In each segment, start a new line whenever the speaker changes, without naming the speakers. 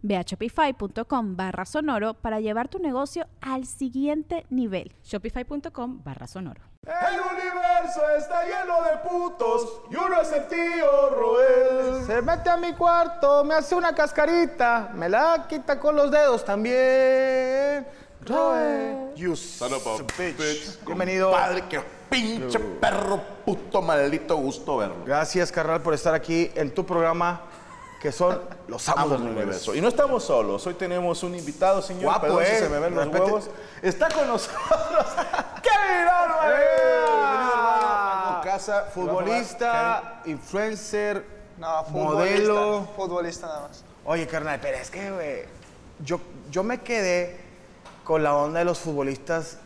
Ve a shopify.com barra sonoro para llevar tu negocio al siguiente nivel.
Shopify.com barra sonoro.
El universo está lleno de putos y uno es el tío Roel.
Se mete a mi cuarto, me hace una cascarita, me la quita con los dedos también. Roel.
You son of a bitch.
Bienvenido.
Padre, que pinche perro puto maldito gusto verlo.
Gracias, carnal, por estar aquí en tu programa que son los amos del universo.
Y no estamos solos. Hoy tenemos un invitado, señor.
Guapo,
Perdón si
eh.
se me ven los
Respete.
huevos. Está con nosotros Kevin
¡Eh!
Álvarez. Bienvenido, hermano, a tu
Casa,
Casa,
futbolista, influencer,
No, futbolista.
modelo.
Futbolista nada más.
Oye, carnal, pero es que, güey, yo, yo me quedé con la onda de los futbolistas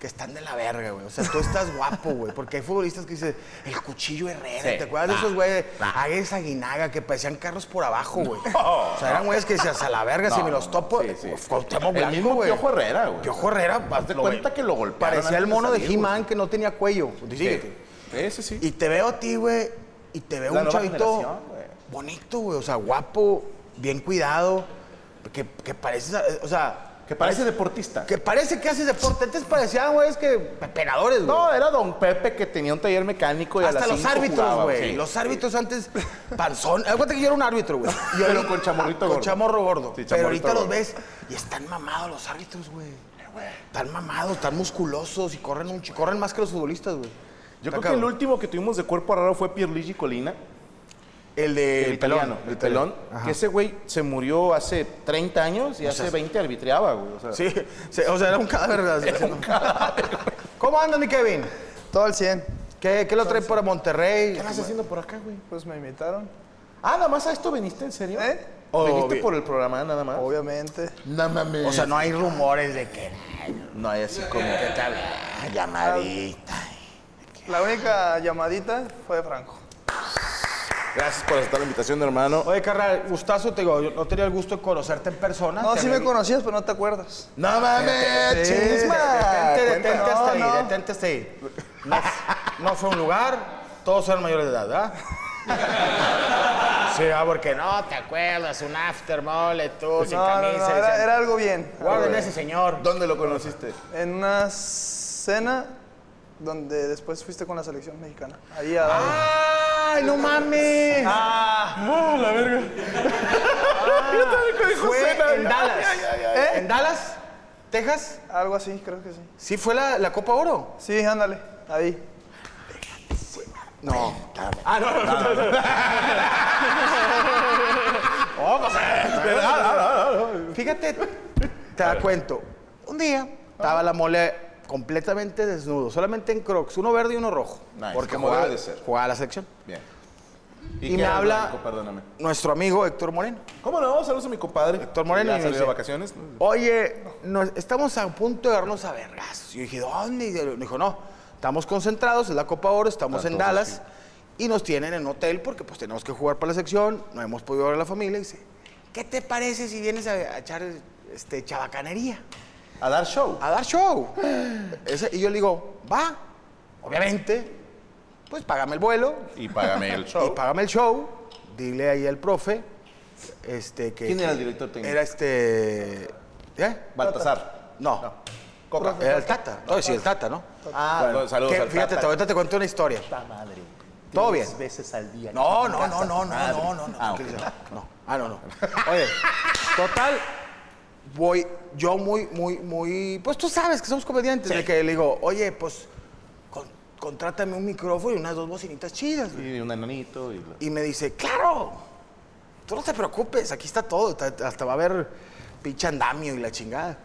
que están de la verga, güey. O sea, tú estás guapo, güey. Porque hay futbolistas que dicen, el cuchillo Herrera.
Sí,
¿Te acuerdas
va,
de esos, güey?
va.
Águez Aguinaga, que parecían carros por abajo, güey.
No.
o sea, eran güeyes que decías, a la verga, si me los topo,
Sí, sí.
uf, Cuauhtémoc
El
Blanco,
mismo
güey.
Piojo Herrera, güey.
Piojo Herrera,
Haz de
lo-
cuenta que lo golpearon
Parecía el
antes de
mono de
salir,
He-Man que no tenía cuello. Síguete.
Sí, sí, sí.
Y te veo a ti, güey, y te veo
La
un
nueva
chavito
generación, güey.
bonito, güey. O sea, guapo, bien cuidado, que, que pareces, eh, o sea...
Que parece deportista.
Que parece que haces deporte. Antes parecían, güey, es que pegadores, güey.
No, era Don Pepe que tenía un taller mecánico y a
Hasta
las
los
cinco
árbitros,
jugaba,
güey.
sí.
Los árbitros antes, panzón. Acuérdate que yo era un árbitro, güey. Y
Pero
ahorita-
con chamorrito
Con
gordo.
chamorro gordo.
Sí,
Pero
chamorrito
ahorita los
gordo.
ves y están mamados los árbitros, güey. Están mamados, están musculosos y corren un chi- corren más que los futbolistas, güey.
Yo creo
Está
que el
cabrón.
último que tuvimos de cuerpo raro fue Pierluigi Colina,
El de
el, pelón, el pelón, que ese güey se murió hace 30 años y hace 20 arbitreaba, güey. O sea,
Sí, se- o sea, era un cadáver. Era un ¿Cómo anda mi Kevin?
Todo al 100.
¿Qué, qué lo trae para Monterrey?
¿Qué andas haciendo por acá, güey?
Pues me invitaron,
Ah, nada más a esto viniste en serio.
¿Eh?
¿O viniste
Obvio.
por el programa nada más?
obviamente.
No mames.
O sea, no hay rumores de que...
no hay así como. ¿Qué tal?
Llamadita.
La única llamadita fue de Franco.
Gracias por aceptar la invitación, hermano.
Oye, carnal, gustazo, te digo, yo no tenía el gusto de conocerte en persona.
No,
Te
sí me
re-
conocías, pero no te acuerdas.
¡No mames!
Sí,
¡Chisma!
Detente, detente
Cuéntanos.
hasta ahí,
no.
detente hasta ahí. No, f- no fue un lugar, todos eran mayores de edad, ¿verdad? Sí, ah, porque no te acuerdas, un after mole, tú, sin
No, no, no,
camisa.
era,
dicen,
era algo bien.
Guarden ese señor.
¿Dónde lo conociste?
En una cena donde después fuiste con la selección mexicana. Ahí a dar-
¡Ay, no mames!
Ah.
Ah. fue en Dallas. ¿Eh? ¿En Dallas? ¿Texas?
algo así, creo que sí.
Sí, fue la, la Copa Oro.
Sí, ándale, ahí.
No. Ah, no, no, no. no, Oh, pues, eh, ah. Fíjate, te da cuento. Un día estaba la mole completamente desnudo, solamente en crocs, uno verde y uno rojo.
Nice,
porque
como
jugaba,
debe de ser.
jugaba la sección.
Bien.
Y,
qué
me
era
habla
blanco? perdóname.
nuestro amigo Héctor Moreno.
¿Cómo no? Saludos a mi compadre.
Héctor Moreno.
Ya
y me
salió de
dice,
vacaciones.
Oye, nos- estamos a punto de darnos a vergas. Y Yo dije, ¿dónde? Y me dijo, no, estamos concentrados, es la Copa Oro, estamos en
Tantos,
Dallas. Y nos tienen en hotel porque pues tenemos que jugar para la sección, no hemos podido ver a la familia. Y dice, ¿qué te parece si vienes a, a echar este, chabacanería?
A dar show.
a dar show. Ese- y yo le digo, va, obviamente, pues págame el vuelo
Y págame el
y págame el show, dile ahí al profe, este que...
¿Quién era
que-
el director técnico?
Era este... ¿Eh?
Baltasar.
No.
Coca.
Era el Tata. No, sí, el Tata, ¿no?
Ah, bueno, saludos
Que-
al
Fíjate,
Tata.
ahorita te cuento una historia. Todo bien.
veces al día.
No, no, no, no, no, no, no, no.
Ah, ok.
No, ah, no, no. Oye, total, voy yo muy, muy, muy. Pues tú sabes que somos comediantes. De que le digo, oye, pues, con- contrátame un micrófono y unas dos bocinitas chidas, güey.
Y un enanito. Y la-
Y me dice, claro, tú no te preocupes, aquí está todo, ta- hasta va a haber pinche andamio y la chingada.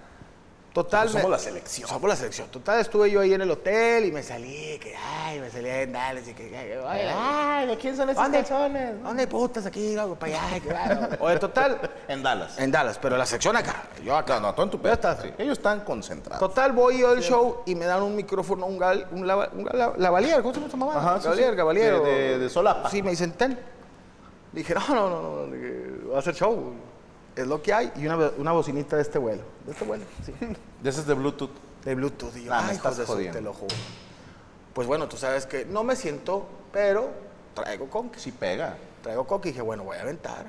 Total.
Somos
me-
la selección.
Somos la selección. Total, estuve yo ahí en el hotel y me salí, que, ay, me salí en Dallas y que, ay, ay,
Ay, ¿de quién son esos
¿Dónde?
calzones?
¿Dónde hay putas aquí? Algo para allá. que va. Oye, total,
En Dallas.
en Dallas, pero la sección acá.
Yo acá, no, tú en tu pedo. estás, Ellos están concentrados.
Total, voy yo al show y me dan un micrófono, un gal, un lava, un gal- la- lavalier, ¿cómo se llama esa mamada?
Ajá, sí,
Lavalier,
sí.
gabalier,
De-
o-
de- de solapa.
Sí, me dicen, ten. Dije, no, no, no, no, dije, va a ser show. Es lo que hay. Y una, bo- una bocinita de este vuelo. De este vuelo, sí. Ah,
De esos de Bluetooth.
De Bluetooth. Y yo,
Nah, me
ay,
estás
hijos de su,
jodiendo.
te lo juro. Pues bueno, tú sabes que no me siento, pero traigo conque.
Sí pega.
Traigo conque. Y dije, bueno, voy a aventar.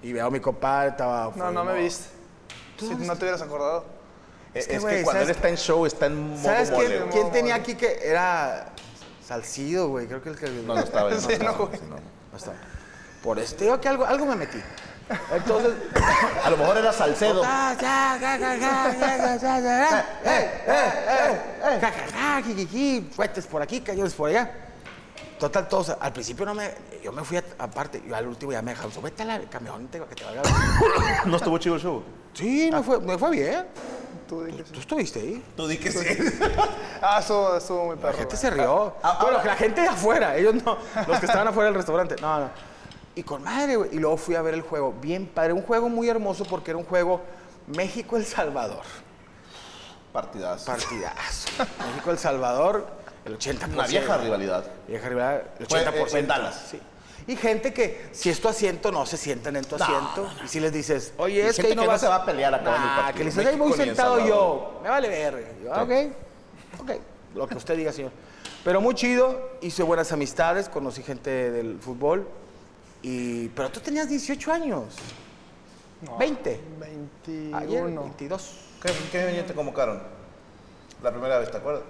Y veo a mi compadre, estaba...
No, no me viste. Si no te hubieras acordado.
Es,
que,
es que,
güey,
cuando él
¿sabes
está en show, está en modo
¿Sabes
mole,
quién,
güey.
quién tenía aquí que era Salcido, güey? Creo que el que...
No, no estaba. No,
Sí,
estaba,
no, güey.
sí,
No estaba. Por este, digo que algo, algo me metí. Entonces,
A lo mejor era Salcedo.
ta, Ah, ya, ja, ja, ja, ja, ja, ja, ja, ja, eh, eh, eh, ja, ja, ja, ji, ji, ji, fuertes por aquí, cañones por allá. Total, todos, al principio no me, yo me fui a- aparte, yo al último ya me dejaron, vete a la camioneta que te valga.
No estuvo chido el show. Ah.
Sí, me fue, me fue bien.
Tú
¿Tú,
dijiste.
tú estuviste ahí?
Tú di que sí.
Ah, estuvo, estuvo muy
La
perro.
gente
güey.
se rió.
ah,
bueno,
ah,
la gente de afuera, ellos no. Los que estaban afuera del restaurante. No, no. Y con madre, güey. Y luego fui a ver el juego. Bien padre. Un juego muy hermoso porque era un juego México-El Salvador.
Partidazo.
Partidazo. México-El Salvador, el 80%.
Una vieja rivalidad.
Vieja rivalidad, el
Fue, eh,
80%.
en Dallas.
Sí. Y gente que, si es tu asiento, no se sientan en tu
No,
asiento.
no,
Y si les dices, oye,
Y
es que
gente
ahí no
que no
vas
se va a pelear acabando el
Nah,
partido.
que le dices, ahí voy
México ni El
sentado
Salvador.
yo. Me vale verga. Yo, ah, ok,
Sí.
ok, lo que usted diga, señor. Pero muy chido, hice buenas amistades, conocí gente del fútbol. Y, pero tú tenías 18 años.
No,
20. Ayer,
21.
22.
¿Qué, qué año te convocaron? La primera vez, ¿te acuerdas?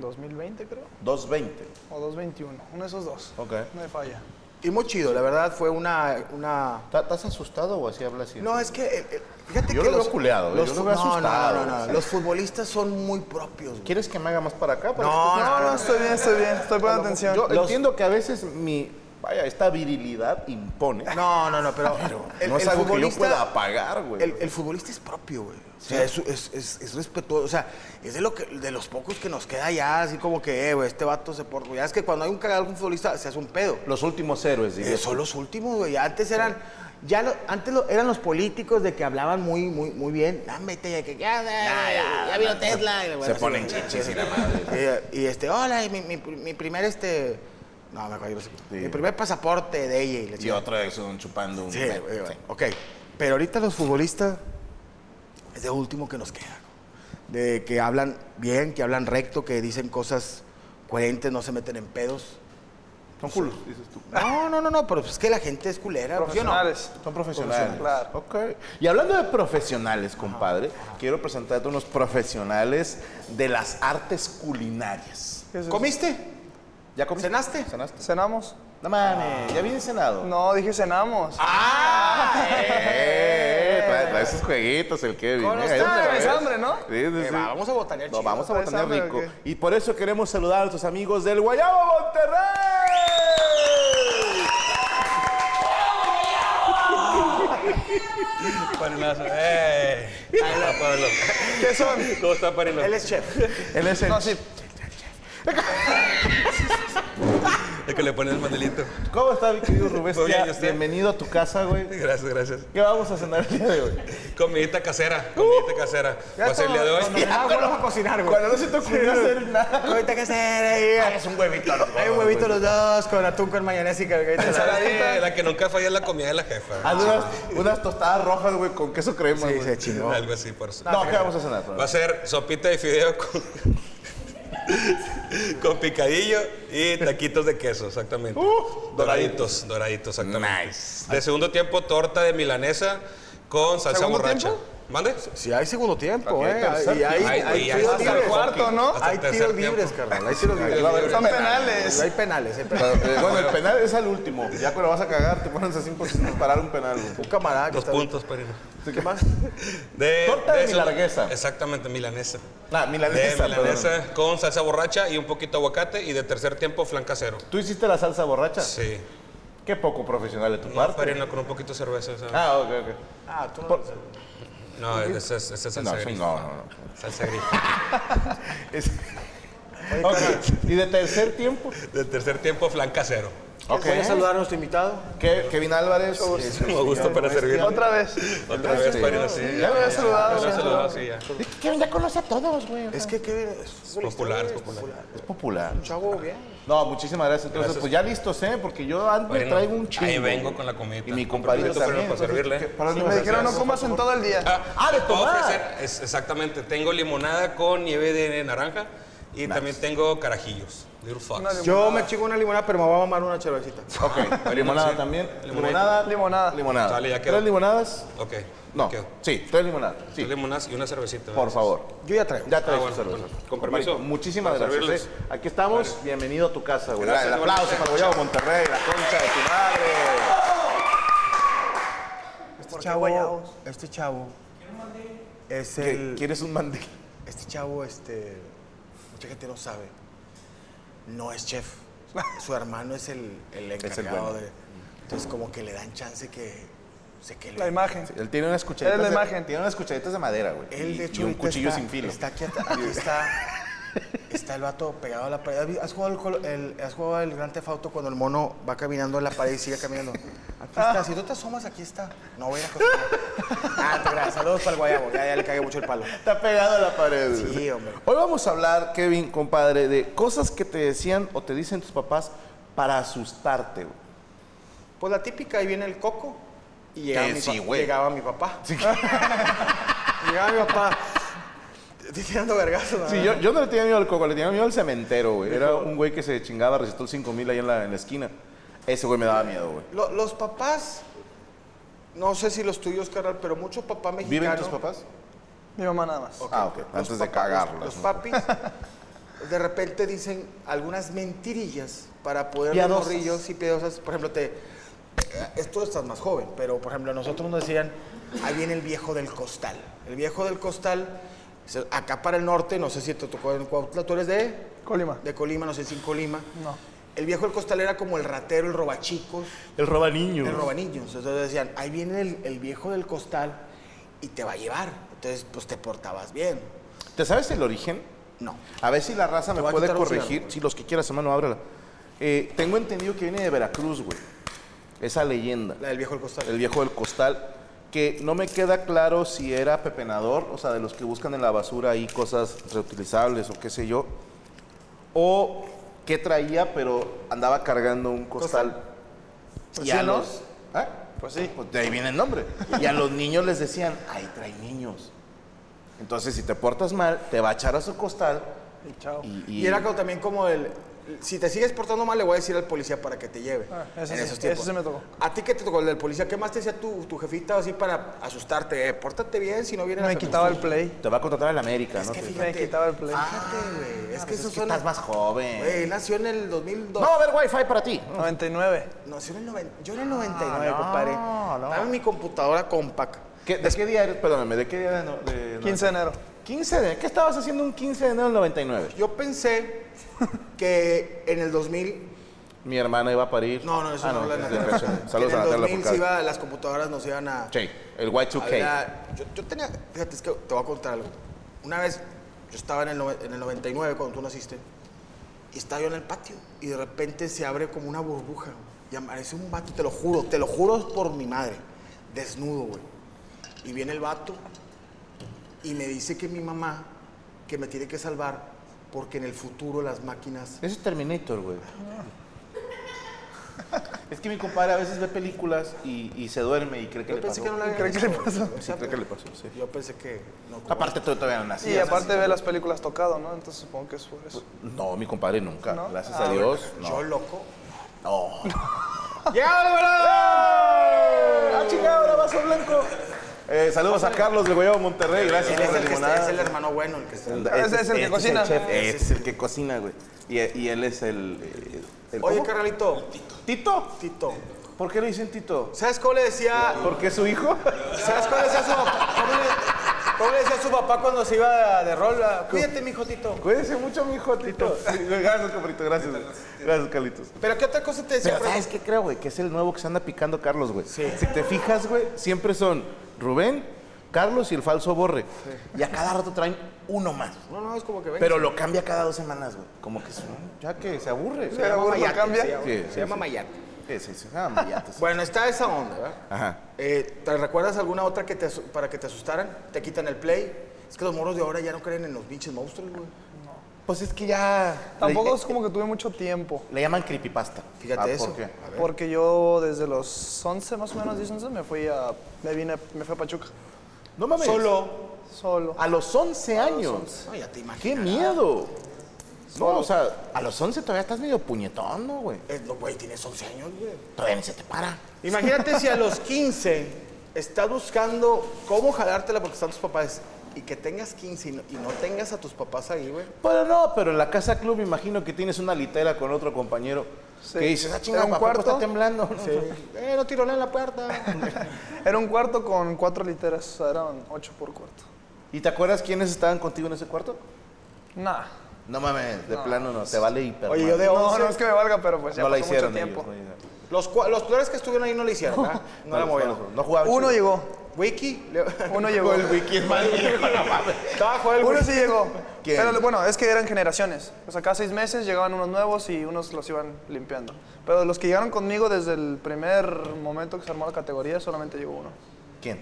2020 creo.
220.
O 221. Uno de esos dos.
Ok.
No me falla.
Y muy chido, la verdad, fue una... una...
¿Ta- ¿Estás asustado o así hablas siempre?
No, es que, eh, eh, fíjate
Yo
que
lo veo culeado, yo lo
fu-
veo
no, no,
asustado,
No, no,
o sea.
Los futbolistas son muy propios. güey.
¿Quieres que me haga más para acá? Para
No,
que-
No, no, estoy bien, estoy bien. Estoy poniendo atención.
Yo entiendo que a veces mi. Vaya, esta virilidad impone.
No, no, no, pero... el-
no es
el
algo que yo
futbolista-
pueda pues. apagar, güey.
El, el futbolista es propio, güey. O sea, es, es- es- es respetuoso. O sea, es de, lo que, de los pocos que nos queda ya, así como que, eh, güey, este vato se porta. Ya es que cuando hay un cagado algún futbolista, se hace un pedo.
Los últimos héroes, diría.
Eh, son los últimos, güey. Antes eran. Ya lo- antes lo- eran los políticos de que hablaban muy, muy, muy bien. Ah, vete, ya, que- ya, ya, ya, ya vino Tesla. Y bueno,
se
sí,
ponen
güey.
chichis y la madre.
Y, y este, hola, y mi, mi- mi primer este. No, me acuerdo. yo no sé.
Sí.
Mi primer pasaporte de ella. Y, la
Y
chingada.
otra vez un chupando un.
Sí, güey, güey. ok. Pero ahorita los futbolistas es de último que nos queda. De que hablan bien, que hablan recto, que dicen cosas coherentes, no se meten en pedos.
Son culos, dices tú.
No, no, no, no, pero pues es que la gente es culera. ¿sí o no?
Profesionales.
Son profesionales.
Claro.
Ok. Y hablando de profesionales, compadre, quiero presentarte unos profesionales de las artes culinarias.
¿Qué es eso?
¿Comiste?
¿Ya comiste?
¿Cenaste?
¿Cenaste?
¿Cenamos?
No mames, ya viene cenado.
No, dije cenamos.
¡Ah! Eh, trae, trae esos jueguitos, el Kevin.
Con
eh,
ustedes,
ahí otra vez.
hambre, ¿no?
Sí, sí,
Eh,
sí.
va, vamos a botanear
No,
chido.
vamos a
¿Traes
botanear
hambre o
rico.
qué?
Y por eso queremos saludar a nuestros amigos del Guayabo Monterrey.
Panelazo, ¡eh! Hola, Pablo.
¿Qué son?
¿Cómo está, Panelo?
Él es chef.
Él es el
No, sí.
El que le ponen el mandelito.
¿Cómo está, mi querido Rubén?
Muy bien,
Ya,
¿y usted?
Bienvenido a tu casa, güey.
Gracias, gracias.
¿Qué vamos a cenar el día de hoy?
Comidita casera, comidita casera. Va a ser el día de hoy.
Ah, bueno, vamos a cocinar, güey.
Cuando no se te ocurrió hacer nada.
Ahorita que se
Es un huevito a los
Hay un huevito los dos con atún con mayonesa y cargadita.
¿Sabes qué? La que nunca falla es la comida de la jefa.
Haz unas, unas tostadas rojas, güey, con queso crema,
Sí,
güey.
se chingó.
Algo así, por eso.
No, ¿qué vamos a cenar?
Va a ser sopita de fideo con, con picadillo y taquitos de queso, exactamente. doraditos, doraditos, exactamente.
Nice.
De segundo tiempo, torta de milanesa con salsa
¿Segundo
borracha.
tiempo?
¿Mande?
Si hay segundo tiempo,
Aquí hay
¿eh?
tercer
Y hay,
tiempo. Ay, güey,
hay
ahí
tiros
hasta el
libres.
cuarto, ¿no? Hasta
Hay
el tercer
tiros
tiempo.
libres, carnal. Hay tiros libres.
va a haber
Son
penales.
penales. Hay penales, hay penales.
Eh, bueno, el penal es al último. Ya cuando vas a cagar, te pones así por parar un penal. güey.
Un camarada que
Dos
está...
puntos, Perino.
¿Sí, ¿Qué más?
De,
Torta de
eso-
milanesa.
Exactamente, milanesa.
Nada, milanesa.
de milanesa
perdón.
con salsa borracha y un poquito de aguacate y de tercer tiempo flan casero.
¿Tú hiciste la salsa borracha?
Sí.
Qué poco profesional de tu
No,
parte.
Perino, con un poquito de cerveza. o sea,
Ah, ok, ok.
Ah, tú no
Por-
No, esa es, esa es salsa
No, sí,
gris.
no, no, no.
Salsa gris.
Es- Ok, ¿Y de tercer tiempo?
de tercer tiempo flan casero.
Ok.
¿Puedes saludar a nuestro invitado?
Ke- Kevin Álvarez. es-
Me gusto para servir.
Otra vez.
Otra vez, Perino, sí.
Ya lo había saludado,
Ya lo
ya.
he saludado, sí, ya.
Kevin ya conoce a todos, güey.
Es que Kevin es
Es popular, es popular.
Es popular.
Chavo, bien.
No, muchísimas gracias. Entonces,
Gracias.
pues ya listos, ¿eh? Porque yo ando
Bueno,
traigo un
ahí
chingo.
vengo
güey.
con la comidita.
Y mi
Con
compadrito
permiso,
también.
pero para servirle.
¿qué- para dónde
Me
vas?
dijeron no comas en todo el día.
Ah, de
les puedo
tomar.
ofrecer- es- exactamente. Tengo limonada con nieve de naranja y también tengo carajillos. Little Fox.
Una lim-
Yo me chico una limonada, pero me voy a mamar una cervecita.
Ok, limonada
Sí.
también.
Limonada.
Limonada.
Limonada.
Limonada.
Sale, ya quedó.
¿Tres limonadas?
Ok.
No.
quedó.
Sí, tres limonadas. Sí,
Tres limonadas y una cervecita.
por
¿verdad?
favor.
Yo ya traigo.
Ya traes
Ah, bueno,
tu cerveza.
bueno. Con
Compadrito,
permiso.
Muchísimas
Para
gracias.
servirles.
¿eh? Aquí estamos. Bienvenido a tu casa, güey.
Gracias,
El aplauso
buenas
para
noches.
Gollado Monterrey, la concha de tu madre.
Este
qué
chavo,
guayabos?
este chavo es
¿Qué-
el...
¿Quieres un mandil?
Este chavo, este... Mucha gente no sabe. No es chef. Su hermano es el, el encargado
bueno.
de... Entonces como que le dan chance que... Se quede.
La imagen.
Él tiene unas cucharitas.
Es la
de-
imagen.
Tiene unas cucharitas de madera, güey.
Él,
Y-
de hecho,
Y un
ahorita
cuchillo
está-
sin filo.
Está aquí, at- aquí está. Está el vato pegado a la pared. ¿Has vi- ¿Has jugado el, Call- el- has jugado el Gran Theft Auto cuando el mono va caminando en la pared y sigue caminando? Aquí está. Si tú te asomas, aquí está. No voy a ir a cocinar. Ah, te gracias. Saludos para el guayabo. Ya, ya le cagué mucho el palo.
Está pegado a la pared.
Sí,
güey.
hombre.
Hoy vamos a hablar, Kevin, compadre, de cosas que te decían o te dicen tus papás para asustarte, güey.
Pues la típica, ahí viene el coco. Y llegaba,
Que
mi,
sí,
pa-
güey.
llegaba mi papá. llegaba mi papá. Estoy tirando vergazos.
Sí,
¿verdad?
yo, yo no le tenía miedo al coco, le tenía miedo al cementero, güey. Era un güey que se chingaba, recetó el 5000 ahí en la, en la esquina. Ese güey me daba miedo, güey.
Lo- los papás, no sé si los tuyos, carnal, pero muchos papás mexicanos.
¿Viven tus papás?
Mi mamá nada más.
Ah, ok.
Los
Antes de
papás,
cagarlos.
Los, los papis de repente dicen algunas mentirillas para poder
Piadosas.
los morrillos y piadosas. Por ejemplo, te. eh, Esto estás más joven, pero por ejemplo, a nosotros nos decían: ahí viene el viejo del costal. El viejo del costal, se- acá para el norte, no sé si te tocó en Cuautla, tú eres de.
Colima.
De Colima, no sé si en Colima.
No.
El viejo del costal era como el ratero, el robachicos.
El roba niños.
El robaniños. Entonces decían, ahí viene el, el viejo del costal y te va a llevar. Entonces, pues te portabas bien.
¿Te sabes el origen?
No.
A ver si la raza me
Te voy a
puede
quitar un
corregir.
cigarro.
Si los que quieras, hermano, ábrela. Eh, tengo entendido que viene de Veracruz, güey. Esa leyenda.
La del viejo del costal.
El viejo del costal. Que no me queda claro si era pepenador, o sea, de los que buscan en la basura ahí cosas reutilizables o qué sé yo. O qué traía, pero andaba cargando un costal.
Pues sí, ¿no?
¿Ah?
Pues sí.
Pues de ahí viene el nombre. Y a los niños les decían, ahí trae niños. Entonces, si te portas mal, te va a echar a su costal.
Y chao.
Y,
Y era como también como el. Si te sigues portando mal, le voy a decir al policía para que te lleve.
Ah, eso
en
sí,
esos tiempos.
eso sí me tocó.
¿A ti qué te tocó el del policía? ¿Qué más te decía tu, tu jefita así para asustarte? Eh, pórtate bien si no viene
Me
la-
quitaba el play.
Te va a contratar el América,
Es
¿no?
que
Te-
fíjate.
Me quitaba el play.
Fíjate, güey. es que
Pues
eso
es que
suena-
estás más joven.
Güey, nació en el 2002.
No va a haber wifi para ti.
99.
Nació en el 90. Yo en el
Ah,
99,
no,
compadre.
no.
Estaba en mi computadora compact.
¿Qué- ¿De qué día eres? Perdóname, ¿de qué día de, no- de
15 de enero.
15 de ¿Qué estabas haciendo un 15 de enero del 99?
Yo pensé que en el 2000.
Mi hermana iba a parir.
No, no, eso
Ah,
no, lo
es
de
de
la
Saludos a
En el
Natalia
2000
Furcade.
se iba, las computadoras nos iban a.
Sí, el
a ver
Y2K.
a- yo, yo tenía. Fíjate, es que te voy a contar algo. Una vez, yo estaba en el, nove- en el 99 cuando tú naciste. Y estaba yo en el patio. Y de repente se abre como una burbuja. Y aparece un vato, te lo juro, te lo juro por mi madre. Desnudo, güey. Y viene el vato. Y me dice que mi mamá, que me tiene que salvar. Porque en el futuro las máquinas
Eso es Terminator, güey. Es que mi compadre a veces ve películas y, y se duerme y cree que
Yo
le
pensé
pasó.
que no le había
Creo que le
visto,
pasó.
güey. O
Sí,
sea,
creo que le pasó, sí.
Yo pensé que no. como-
Aparte, tú todavía no
Y
nacías.
aparte ve las películas tocado, ¿no? Entonces supongo que es por eso.
No, mi compadre nunca.
¿No?
Gracias
Ah,
a Dios. No.
Yo loco.
No.
¡Llegado el balón!
¡Ah, chingada, ahora vaso blanco! Eh, saludos a Carlos de Guayabo Monterrey. Gracias
Él es
por la
el que está- es el
limonada.
hermano bueno Ah, el que está.
Ese es el que cocina.
Este Es el, chef, ese es el que cocina, güey. Y, y él es el. eh, el-
Oye,
¿cómo?
carnalito,
¿Tito?
Tito,
¿Por qué lo dicen Tito?
¿sabes cómo le decía,
¿Por qué es su hijo?
¿sabes cómo le decía su papá? ¿Cómo le, cómo le decía su papá cuando se iba de rol? Cuídate, mijo Tito.
Cuídense mucho, mi hijo Tito. Sí, güey, Gracias, cabrito, gracias. güey. Gracias, Carlitos.
Pero qué otra cosa te decía,
Pero
profe?
¿sabes qué creo, güey? Que es el nuevo que se anda picando Carlos, güey.
Sí.
Si te fijas, güey, siempre son Rubén, Carlos y el falso Borre. Y a cada rato traen uno más.
No, no, es como que ven.
Pero lo cambia cada dos semanas, güey. Como que es, ¿no? ya que se aburre.
Se aburre,
llama Mayate,
cambia.
se llama-
Se
sí,
llama
sí,
Mayate.
Sí, sí, se llama Mayate. sí.
Bueno, está esa onda, ¿verdad?
Ajá.
Eh, ¿Te recuerdas alguna otra que te asu- para que te asustaran? ¿Te quitan el play? Es que los moros de ahora ya no creen en los pinches monstruos, güey.
Pues es que ya...
Tampoco
le-
es como que tuve mucho tiempo.
Le llaman creepypasta.
Fíjate
Ah,
eso.
¿Por qué?
A ver.
Porque yo desde los 11, más o menos, 10, 11, me fui a. Me vine, me fui a Pachuca.
No mames.
Solo.
Solo.
A los 11 años.
No, ya te imaginas.
¡Qué miedo! No, o sea, a los 11 todavía estás medio puñetón, ¿no, güey?
Eh, no, güey, tienes 11 años, güey.
Todavía ni se te para.
Imagínate si a los 15 estás buscando cómo jalártela porque están tus papás y que tengas 15 y no, y no tengas a tus papás ahí, güey.
Pero no, pero en la casa club me imagino que tienes una litera con otro compañero.
Sí.
Que dices, ah, chinga,
Era un
papá,
cuarto.
está temblando.
Eh, no tirole en la puerta.
Era un cuarto con cuatro literas, o sea, eran ocho por cuarto.
¿Y te acuerdas quiénes estaban contigo en ese cuarto?
Nah.
No mames, de plano no, te vale hiper.
Oye,
mal.
yo de
No,
11.
no es que me valga, pero pues ya
No la
pasó
hicieron
mucho
ellos,
tiempo.
no hicieron.
Los, cua- los jugadores que estuvieron ahí no le hicieron, ¿verdad? No, la
los-
movieron.
no, no jugaban
Uno
chido.
llegó.
Wiki. le-
Uno llegó.
El wiki es mal viejo, no mames.
Estaba jugando el
Uno
Wiki.
sí llegó.
¿Quién?
Pero bueno, es que eran generaciones. O sea, cada seis meses llegaban unos nuevos y unos los iban limpiando. Pero los que llegaron conmigo desde el primer momento que se armó la categoría, solamente llegó uno.
¿Quién?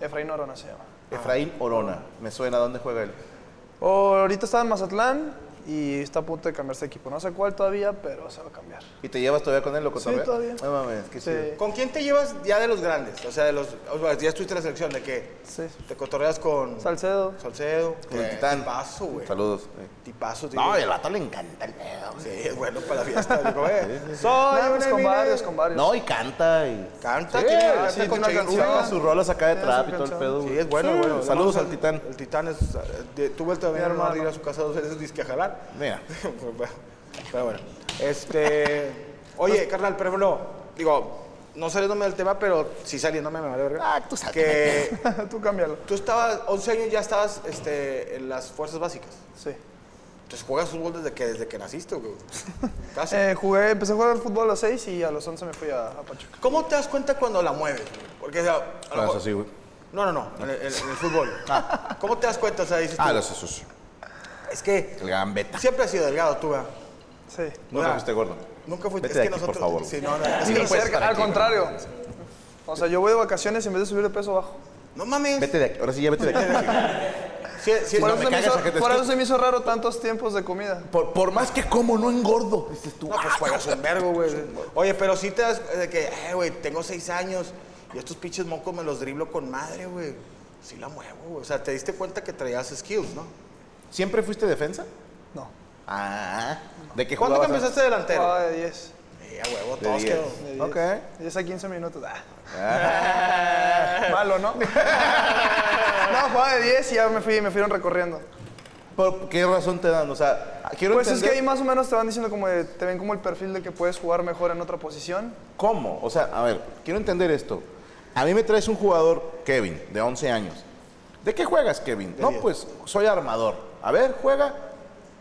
Efraín Orona se llama.
Efraín Orona. Me suena, ¿dónde juega él?
ahorita está en Mazatlán y está a punto de cambiarse de equipo. No sé cuál todavía, pero se va a cambiar.
¿Y te llevas todavía con él, loco?
Sí, todavía.
No mames, qué
Sí.
chido.
¿Con quién te llevas ya de los grandes? O sea, de los. o sea, ya estuviste en la selección de que
Sí.
te cotorreas con.
Salcedo.
Salcedo.
Con el titán.
Tipazo, güey.
Saludos. eh.
Tipazo, tío.
No, el vato le encanta el pedo. güey.
Sí, es bueno para la fiesta. Digo, eh. Soy
No, pues
una
con
eminencia.
varios, con varios.
No, y canta y.
Canta,
Sí,
tiene,
sí,
canta
tiene
con
una
Chayanne.
canción.
Saca sus rolas acá de
Sí,
trap y
su
todo el
canción.
pedo. güey.
Sí, es bueno,
Sí.
bueno.
Saludos
Además,
al titán.
El titán es. eh, de- tuve el todavía
Mi
hermano de ir
hermano.
a su casa dos veces disque a jalar.
Mira.
pero bueno. Este. Oye, carnal, pero no. Digo, no saliéndome del tema, pero sí saliéndome, me vale verga.
Ah, tú salte.
Que
Tú cámbialo.
tú estabas, 11 años ya estabas este, en las fuerzas básicas.
Sí.
Entonces juegas fútbol desde que, desde que naciste, güey. Casi.
Eh, jugué, empecé a jugar al fútbol a los seis y a los 11 me fui a, a Pachuca.
¿Cómo te das cuenta cuando la mueves? güey? Porque, o sea, a lo
Ah,
mejor-
eso sí, güey.
No, no, no, en el, en el fútbol. Ah, ¿Cómo te das cuenta? O sea, dices,
Ah,
tú,
los esos.
es que
El gambeta.
siempre has sido delgado tú, ¿verdad?
Sí.
No
Hola.
me fuiste gordo.
Nunca fuiste.
Vete
es
de
que
aquí, por
nosotros.
favor.
Sí, no, no, es
Ni
que
no puedes
cerca,
estar
al
aquí,
contrario. O sea, yo voy de vacaciones y en vez de subir de peso bajo.
No mames.
Vete de aquí. Ahora sí, ya vete de aquí.
Sí, sí,
Por,
no,
me
eso, se me
cagas,
hizo,
a que te
por eso
escuche.
se me hizo raro tantos tiempos de comida.
Por, por más que como, no engordo. Dices tú. ah,
no, pues juegas un vergo, güey. Oye, pero sí te das de que, eh, güey, tengo seis años y estos pinches mocos me los driblo con madre, güey. Sí la muevo, güey. O sea, te diste cuenta que traías skills, ¿no?
¿Siempre fuiste defensa?
No.
Ah. ¿De qué
¿Cuándo
jugabas?
empezaste delantero?
Jugaba de 10.
Sí, a huevo,
De
todos
10.
quedó.
De 10.
Ok.
10 a 15 minutos. Ah.
Ah.
Malo, ¿no? no, jugaba de 10 y ya me, fui, me fueron recorriendo.
¿Por qué razón te dan? O sea, quiero
Pues es que
entender.
ahí más o menos te van diciendo como de- te ven como el perfil de que puedes jugar mejor en otra posición.
¿Cómo? O sea, a ver, quiero entender esto. A mí me traes un jugador, Kevin, de 11 años. ¿De qué juegas, Kevin? No, pues soy armador. A ver, juega.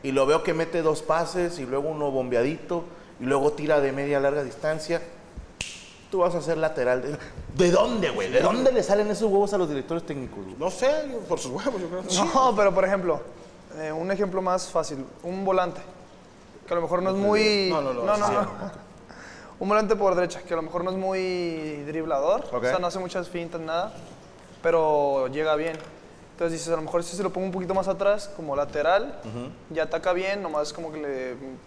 Y lo veo que mete dos pases y luego uno bombeadito y luego tira de media larga distancia. Tú vas a ser lateral. ¿De, ¿De dónde, güey? ¿De dónde le salen esos huevos a los directores técnicos? güey?
No sé, yo, por sus huevos, yo creo.
No, pero por ejemplo, eh, un ejemplo más fácil, un volante, que a lo mejor no es muy...
No, no, no,
no,
sí,
no. Un volante por derecha, que a lo mejor no es muy driblador,
Ok.
o sea, no hace muchas fintas, nada, pero llega bien. Entonces dices, a lo mejor si se lo pongo un poquito más atrás, como lateral, ya ataca bien, nomás como que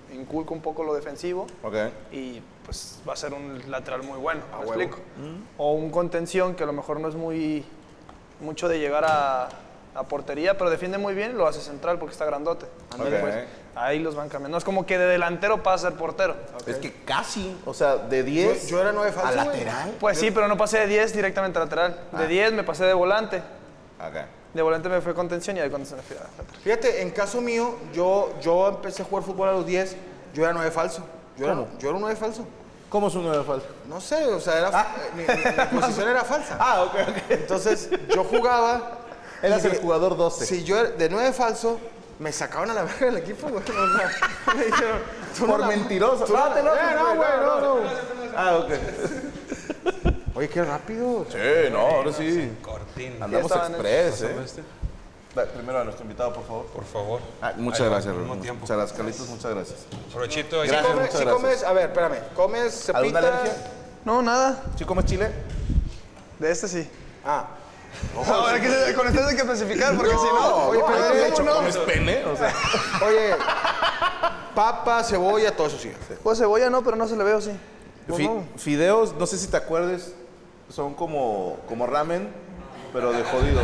le inculco un poco lo defensivo
Ok.
y pues va a ser un lateral muy bueno, ¿me explico? O un contención que a lo mejor no es muy mucho de llegar a, a portería, pero defiende muy bien, lo hace central porque está grandote. Ándale,
Ok.
pues. Ahí los van cambiando. No es como que de delantero pasa a ser portero.
Es que casi, o sea, de 10
Yo- yo era nueve
a
falso, güey.
lateral.
Pues sí, pero no pasé de 10 directamente a lateral. De 10 me pasé de volante.
Acá.
De volante me fue contención y de contención me fui a lateral.
Fíjate, en caso mío, yo, yo empecé a jugar fútbol a los 10, yo era nueve falso. Yo era,
¿Cómo?
yo era un nueve falso.
¿Cómo es un 9 falso?
No sé, o sea, era, eh, mi, mi- mi posición era falsa.
Ah, ok, ok.
Entonces, yo jugaba.
Eras
y
el
de-
jugador 12.
Si yo era- de nueve falso, me sacaban a la verga del equipo, güey. O sea, me dijeron, tú no
Por
la-
mentiroso.
tú no la-
te enojes,
Eh, no, güey, no, no.
Ah, ok.
Oye, qué rápido.
Sí, no, ahora sí.
Cortina,
Andamos
Ya estaban
express, ¿eh?
este.
Da- Primero a nuestro invitado, por favor.
por favor.
Ah, muchas
Al
gracias,
mismo
Rubén.
tiempo.
Muchas gracias, Carlitos, muchas gracias.
Provechito. ahí.
Si
Gracias,
comes,
muchas
si
gracias.
comes, a ver, espérame, comes cepita.
¿Alguna alergia?
No, nada.
¿Sí comes chile?
De este sí.
Ah,
Ahora que se- con ustedes hay que especificar porque si no.
oye, pero
ay,
de
¿cómo
hecho,
no?
¿Comes pene? O sea,
oye, papa, cebolla, todo eso sí.
Pues cebolla no, pero no se le veo, sí. Pues
fi-
no.
fideos, no sé si te acuerdes, son como, como ramen, pero de jodido.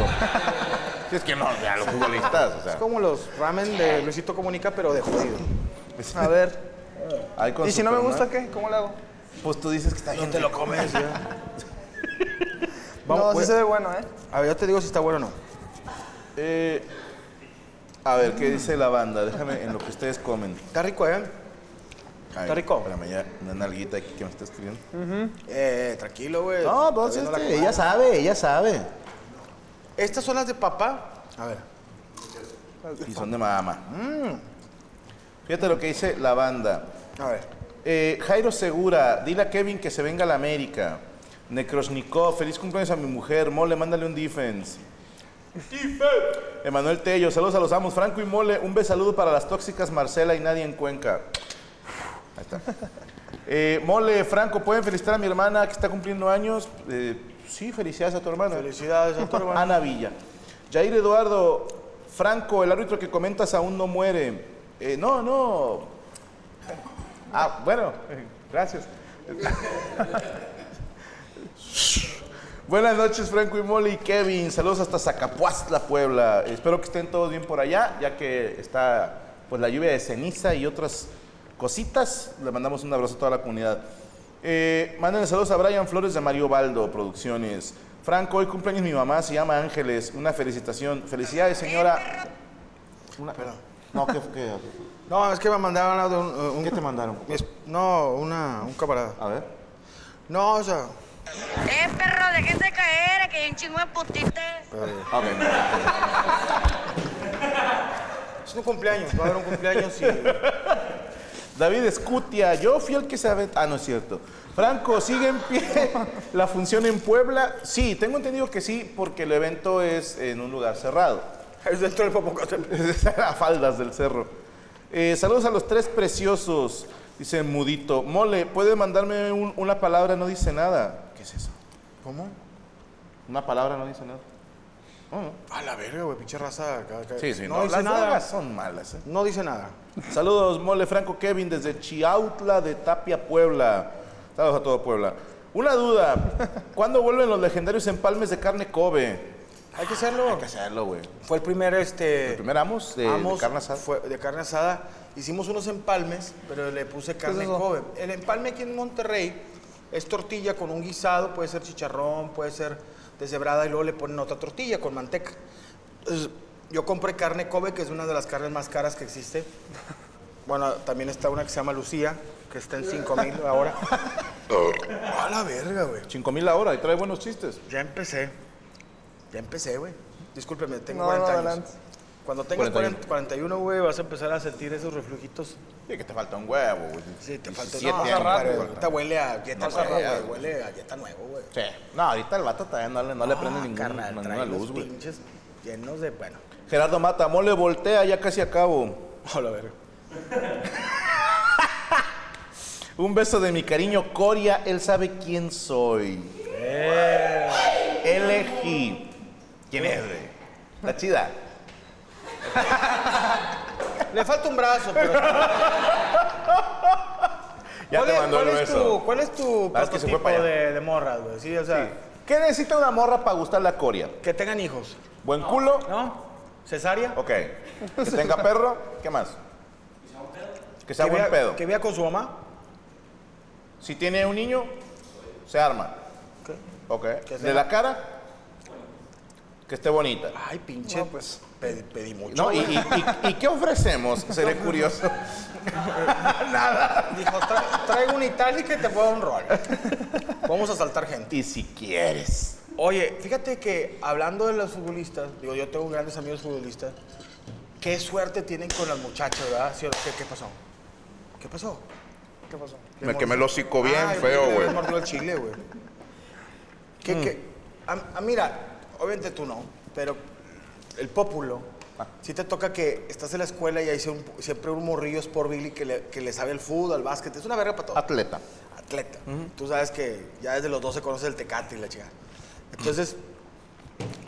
Si es que no, ya los futbolistas, o
Es
sea.
como los ramen de Luisito Comunica, pero de jodido.
A ver.
ahí con
¿Y si no me
Superman,
gusta qué? ¿Cómo le hago?
Pues tú dices que está bien. te lo comes.
no,
Vamos,
sí
voy-
se ve bueno, ¿eh?
A ver, yo te digo si está bueno o no.
Eh, a ver, ¿qué dice la banda? Déjame en lo que ustedes comen.
Está rico, ¿eh?
Ay,
¿Está rico?
Espérame, ya, una nalguita aquí que me está escribiendo.
Eh, tranquilo, güey.
No,
Está
pues
viendo
este,
la
ella
comida.
sabe, ella sabe.
Estas son las de papá. A ver.
Y son de mamá. Fíjate lo que dice la banda.
A ver.
Eh, Jairo Segura, dile a Kevin que se venga a la América. Necrosnikov, feliz cumpleaños a mi mujer. Mole, mándale un defense. Emanuel Tello, saludos a los amos. Franco y Mole, un besaludo para las tóxicas Marcela y nadie en Cuenca. Ahí está. Eh, Mole, Franco, ¿pueden felicitar a mi hermana que está cumpliendo años? Eh, sí, felicidades a tu hermana.
Felicidades a tu hermano.
Ana Villa. Jair Eduardo, Franco, el árbitro que comentas aún no muere. Eh, no, no. Ah, bueno, eh, gracias. Buenas noches, Franco y Molly y Kevin. Saludos hasta Zacapuazla, Puebla. Espero que estén todos bien por allá, ya que está pues la lluvia de ceniza y otras cositas. Le mandamos un abrazo a toda la comunidad. Eh, mándenle saludos a Brian Flores de Mario Baldo Producciones. Franco, hoy cumpleaños mi mamá, se llama Ángeles. Una felicitación. Felicidades, señora. Una- No, ¿qué, qué,
No, es que me mandaron algo de un, un-
qué te mandaron?
mi esp- No, una, un camarada.
A ver.
No, o sea.
Eh, perro, déjense caer, que hay un chingo de putitas.
Ok, no.
Es un cumpleaños. Va a haber un cumpleaños y.
David Escutia, yo fui el que se aventó. Ah, no es cierto. Franco, ¿sigue en pie la función en Puebla? Sí, tengo entendido que sí, porque el evento es en un lugar cerrado.
es dentro del popocótel.
a faldas del cerro. Eh, saludos a los tres preciosos, dice Mudito. Mole, ¿puede mandarme un- una palabra? No dice nada. ¿Qué es eso?
¿Cómo?
Una palabra no dice nada. Ah,
A la verga, güey, pinche raza. acá, acá.
No,
Eh, dice
las
nada.
drogas son malas. ¿eh?
No dice nada.
Saludos, Mole Franco Kevin, desde Chiautla de Tapia, Puebla. Saludos a todo Puebla. Una duda, ¿cuándo vuelven los legendarios empalmes de carne Kobe?
Hay que hacerlo.
Hay que hacerlo, güey.
Fue el primer, este.
El primer Amos de, de
Amos
carne asada.
fue- de carne asada. Hicimos unos empalmes, pero le puse carne
eso?
Kobe. El empalme aquí en Monterrey es tortilla con un guisado, puede ser chicharrón, puede ser deshebrada y luego le ponen otra tortilla con manteca. Entonces, yo compré carne Kobe, que es una de las carnes más caras que existe. Bueno, también está una que se llama Lucía, que está en 5 mil ahora. A la verga, güey.
5 mil ahora y trae buenos chistes.
Ya empecé. Ya empecé, güey. Discúlpeme, tengo
No,
40
no,
años.
adelante.
Cuando tengas
41.
40 41, güey, vas a empezar a sentir esos reflujitos.
Sí, que te falta un huevo, güey.
Sí, te falta
Diecisiete
no,
años,
compadre,
güey.
Ahorita huele a dieta
No,
nueva,
ya,
güey. Huele a dieta nueva, güey.
Sí. No, ahorita el vato todavía no le, no le prende
Ah,
ningún-
carnal,
ninguna
trae los
luz, güey.
pinches llenos de, bueno.
Gerardo Mata, mole, voltea, ya casi acabo.
Hola, verga.
Un beso de mi cariño Coria, él sabe quién soy.
Eh.
Elegí. ¿Quién es, güey? La chida.
Le falta un brazo, pero...
Ya
¿Cuál
te
es-
mandó
cuál
el
es
beso.
tu- ¿Cuál es tu
Ah, es que se fue
prototipo
para allá.
de, de morras, güey? Sí, o sea,
¿Qué necesita una morra para gustar la coria?
Que tengan hijos,
¿Buen culo?
¿no? Cesárea.
Ok. Que tenga perro. ¿Qué más? Que sea buen
vea-
pedo.
Que vea con su mamá.
Si tiene un niño, se arma. Ok. De
sea-
la cara, que esté bonita.
Ay, pinche.
No, pues.
Pedí, pedí mucho.
No, y, y- y- ¿y qué ofrecemos? Seré curioso.
Dijo, "Tra- traigo un itálica y te puedo dar un rol. Vamos a saltar gente.
Y si quieres.
Oye, fíjate que hablando de los futbolistas, digo, yo tengo grandes amigos futbolistas. Qué suerte tienen con las muchachas, ¿verdad? ¿Sí o- ¿Qué, qué pasó? ¿Qué pasó?
¿Qué pasó?
Me quemé el hocico bien
Ay,
feo,
me
güey.
mordió el chile, güey. ¿Qué,
Mm.
qué? A- a- mira, obviamente tú no, pero el pópulo,
Ah.
si te toca que estás en la escuela y hay sie- un- siempre un morrillo por Billy que le, que le sabe al fútbol, al básquet, es una verga para todo.
Atleta.
atleta. Tú sabes que ya desde los 12 conoces el Tecate y la chica. Entonces,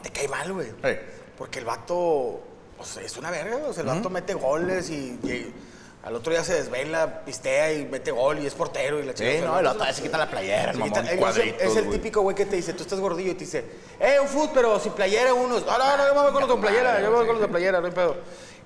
te cae mal, güey.
Ey.
Porque el vato, o sea, es una verga, o sea, el vato mete goles y, y al otro día se desvela, pistea y mete gol y es portero y la chica.
Sí, no, el otro vez se quita la playera, el
Se quita-
mamón,
él es el-
cuadritos,
es el
güey.
típico güey que te dice, tú estás gordillo y te dice, eh, un foot, pero sin playera unos. No, no, no, yo me voy con los de playera, yo me voy con los de playera, no hay pedo.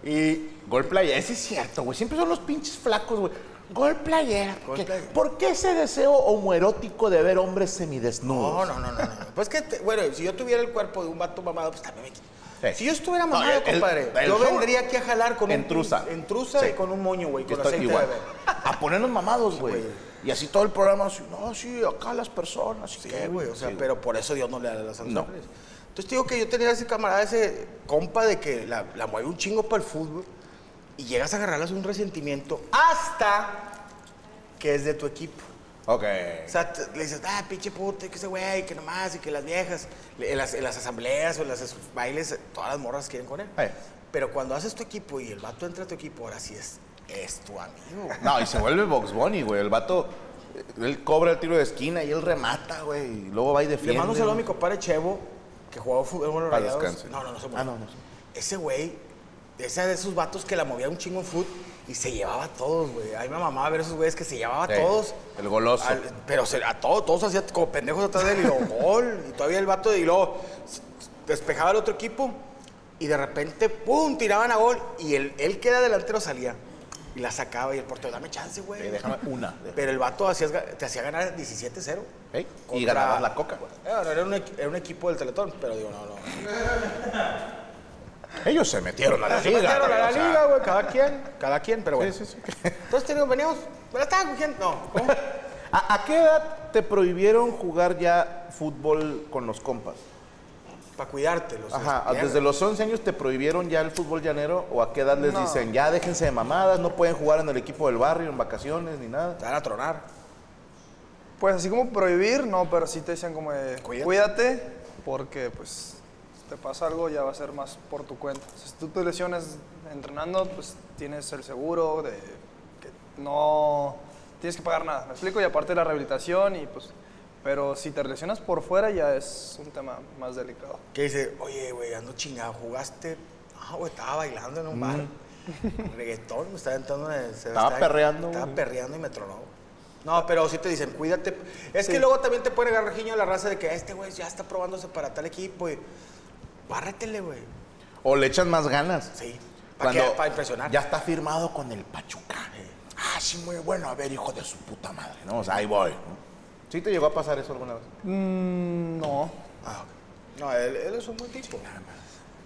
Y
Gol playera, ese eh, es cierto, güey. Siempre son los pinches flacos, güey. Gol playera.
Gol
¿Qué-
playera.
¿Por qué ese deseo homoerótico de ver hombres semidesnudos?
No, no, no, no. no. Pues que, te- bueno, si yo tuviera el cuerpo de un vato mamado, pues también me quito.
Sí.
Si yo estuviera
No,
mamado,
el- el-
compadre,
el
yo
show-
vendría aquí a jalar con
En trusa.
un... Entrusa.
Sí.
y con un moño, güey,
Yo
con
estoy
aceite
igual.
de bebé.
A ponernos mamados, güey. Y así todo el programa, así, no, sí, acá las personas.
Sí,
que-
güey, o sea,
sí,
pero por eso Dios no le da las sanciones.
No.
Entonces te digo que yo tenía ese camarada, ese compa de que la, la mueve un chingo para el fútbol y llegas a agarrarlas un resentimiento hasta que es de tu equipo.
Ok.
O sea, te- le dices, ah, pinche puta, que ese güey, que nomás, y que las viejas, Le- en las, en las asambleas o en los es- bailes, todas las morras quieren con él.
Eh.
Pero cuando haces tu equipo y el vato entra a tu equipo, ahora sí es, es tu amigo.
No, y se vuelve Box Bunny, güey. El vato, eh, él cobra el tiro de esquina y él remata, güey. Y luego va y defiende.
Le mando un saludo a mi compadre Chevo, que jugaba fútbol en los
Paz
Rayados.
descanse.
No, no, no se
Ah,
murió.
no, no.
Ese güey, ese de esos vatos que la movía un chingo en fútbol y se llevaba a todos, güey. A mí me mamaba ver esos güeyes que se llevaba a
Sí,
todos.
el goloso.
Al- pero se- a todos, todos hacían como pendejos atrás de él y luego gol. Y todavía el vato de- y luego s- despejaba al otro equipo y de repente, ¡pum! tiraban a gol y él, él que era delantero salía. Y la sacaba y el portero, dame chance, güey.
Eh, déjame una.
Pero el vato hacías ga- te hacía ganar 17-0.
Ey, Y
Contra-
ganabas la coca.
Eh, bueno, era, un, equ- era un equipo del Teletón, pero digo, no, no.
Ellos se metieron a la
Se
liga.
metieron a
güey,
la
o sea,
liga, güey, cada quien, cada quien, pero bueno. Entonces te digo, veníamos, pero estaba cogiendo, no. ¿cómo?
¿A, a qué edad te prohibieron jugar ya fútbol con los compas?
Para cuidarte. Los
Ajá,
mierda.
¿desde los 11 años te prohibieron ya el fútbol llanero? ¿O a qué edad les
No.
dicen, ya déjense de mamadas, no pueden jugar en el equipo del barrio, en vacaciones, ni nada?
Te van a tronar.
Pues así como prohibir, no, pero sí te decían como de,
Cuídate.
cuídate. porque pues te pasa algo ya va a ser más por tu cuenta. O sea, si tú te lesiones entrenando, pues tienes el seguro de que no tienes que pagar nada, ¿me explico? Y aparte la rehabilitación y pues pero si te lesionas por fuera ya es un tema más delicado.
Que dice, oye, güey, ando chingado, jugaste. Ah, güey, estaba bailando en un bar. Reggaetón, me estaba entrando en el- se-
Mm. Estaba perreando,
Estaba
güey.
perreando y me tronó. No, pero sí te dicen, cuídate. Es que luego también te puede agarrar guiño a la raza de que este güey ya está probándose para tal equipo y. Bárratele, güey.
¿O le echan más ganas?
Sí. ¿Para qué?
Cuando
Para impresionar.
Ya está firmado con el Pachuca. Ah, sí, muy bueno. A ver, hijo de su puta madre, ¿no? O sea, ahí voy. ¿no? ¿Sí te llegó a pasar eso alguna vez?
Mm, no.
Ah, ok. No, él, él es un buen tipo.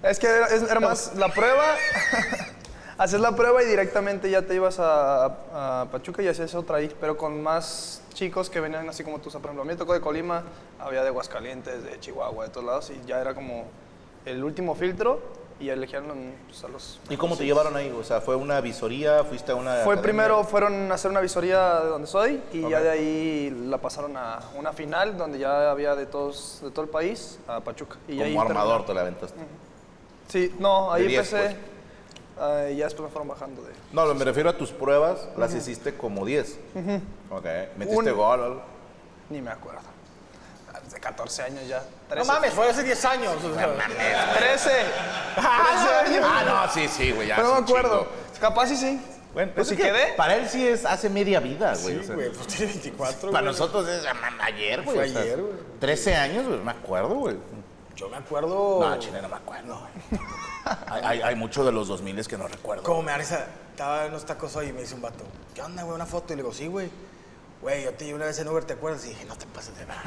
Es que era, es- era más la prueba. Haces la prueba y directamente ya te ibas a, a- a Pachuca y hacías otra ahí, pero con más chicos que venían así como tú. O sea, Por ejemplo, a mí me tocó de Colima, había de Aguascalientes, de Chihuahua, de todos lados, y ya era como el último filtro y elegían pues, a los.
¿Y cómo te llevaron ahí? O sea, ¿fue una visoría? ¿Fuiste a una.?
Fue
academia?
primero, fueron a hacer una visoría de donde soy y ya de ahí la pasaron a una final donde ya había de, todos, de todo el país a Pachuca. Y ahí
Como armador
terminé.
te la aventaste.
Sí, no, ahí
De diez, pues.
empecé. ah, y ya después me fueron bajando de.
No, lo- me refiero a tus pruebas, las hiciste como 10. Ok. ¿Metiste
Un-
gol o algo?
Ni me acuerdo. Desde 14 años ya.
No
13.
mames, fue hace 10 años. o sea.
13. 13 años.
Ah, no, sí, sí, güey. ya
Pero no
es
me
un
acuerdo.
chingo.
Capaz y sí.
Bueno,
Pues
es
si
que
quedé.
Para él sí es hace media vida, güey. o
Sí,
sea,
güey, pues tiene 24,
Para
güey.
nosotros es ah, man, ayer, güey.
Fue
o sea,
ayer, güey.
13 años, güey, me acuerdo, güey.
Yo me acuerdo.
No, chile, no me acuerdo. güey. hay, hay, hay mucho de los 2000 que no recuerdo.
Como me arriesga, estaba en unos tacos hoy y me dice un vato, ¿qué onda, güey? Una foto. Y le digo, sí, güey. Güey, yo te llevé una vez en Uber, ¿te acuerdas? Y dije, no te pases de verga.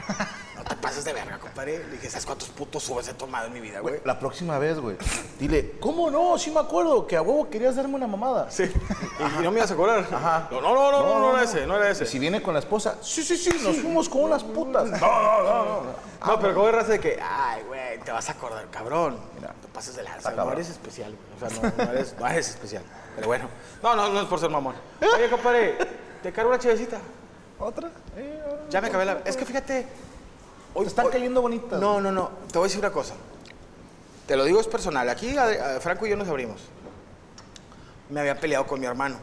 No te pases de verga, compadre. Le dije, ¿sabes cuántos putos Ubers he tomado en mi vida,
Güey,
güey?
la próxima vez, güey. Dile, ¿cómo no? Sí me acuerdo que a huevo querías darme una mamada.
Sí. Y no me ibas a cobrar. Ajá. No, no, no, no, no, no era ese, no era ese.
Si viene con la esposa, sí, sí, sí, nos fuimos con unas putas.
No, pero como de raza de que, ay, güey, te vas a acordar, cabrón.
Mira,
no pases de lanza,
cabrón.
no eres especial, güey. O sea, no, no eres, no eres especial. Pero bueno, no, no, no es por ser mamón. Oye, compadre, te cargo una chevecita.
¿Otra?
Ya me acabé la. Es que fíjate. Hoy,
Eh, Te están
hoy-
cayendo bonitas.
No, no, no. Te voy a decir una cosa. Te lo digo, es personal. Aquí a- a Franco y yo nos abrimos. Me había peleado con mi hermano.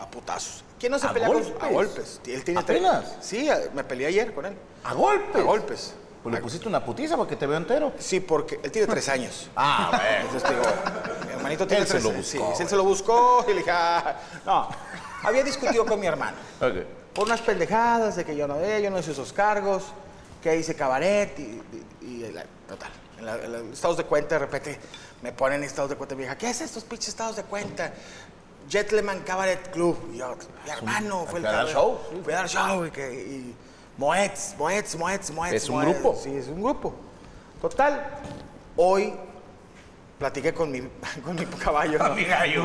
A putazos. ¿Quién no se
¿A
pelea con-
golpes?
A golpes. Él tiene
¿Apenas?
tres. Sí, a- me peleé ayer con él.
¿A golpes?
A golpes.
Pues le pusiste una putiza porque te veo entero.
Sí, porque él tiene tres años.
Ah, güey.
Entonces te digo, mi hermanito tiene
Él se
tres
lo
años. Sí,
buscó,
él se lo buscó y le dije, "Ah". no. Había discutido con mi hermano.
Ok.
Por unas pendejadas de que yo no de, yo no hice esos cargos, que hice cabaret y, y- y la- total. En, la- en los estados de cuenta, de repente me ponen estados de cuenta y me dije, ¿qué es estos pinches estados de cuenta? Gentleman Cabaret Club. Y yo, mi hermano,
hay
fue el
que dar
cabaret.
show.
Fui a dar show y que. y Moets, Moets, Moets, Moets.
Es un
Moets.
grupo.
Sí, es un grupo. Total, hoy platiqué con mi, con mi caballo. ¿no? Con mi gallo.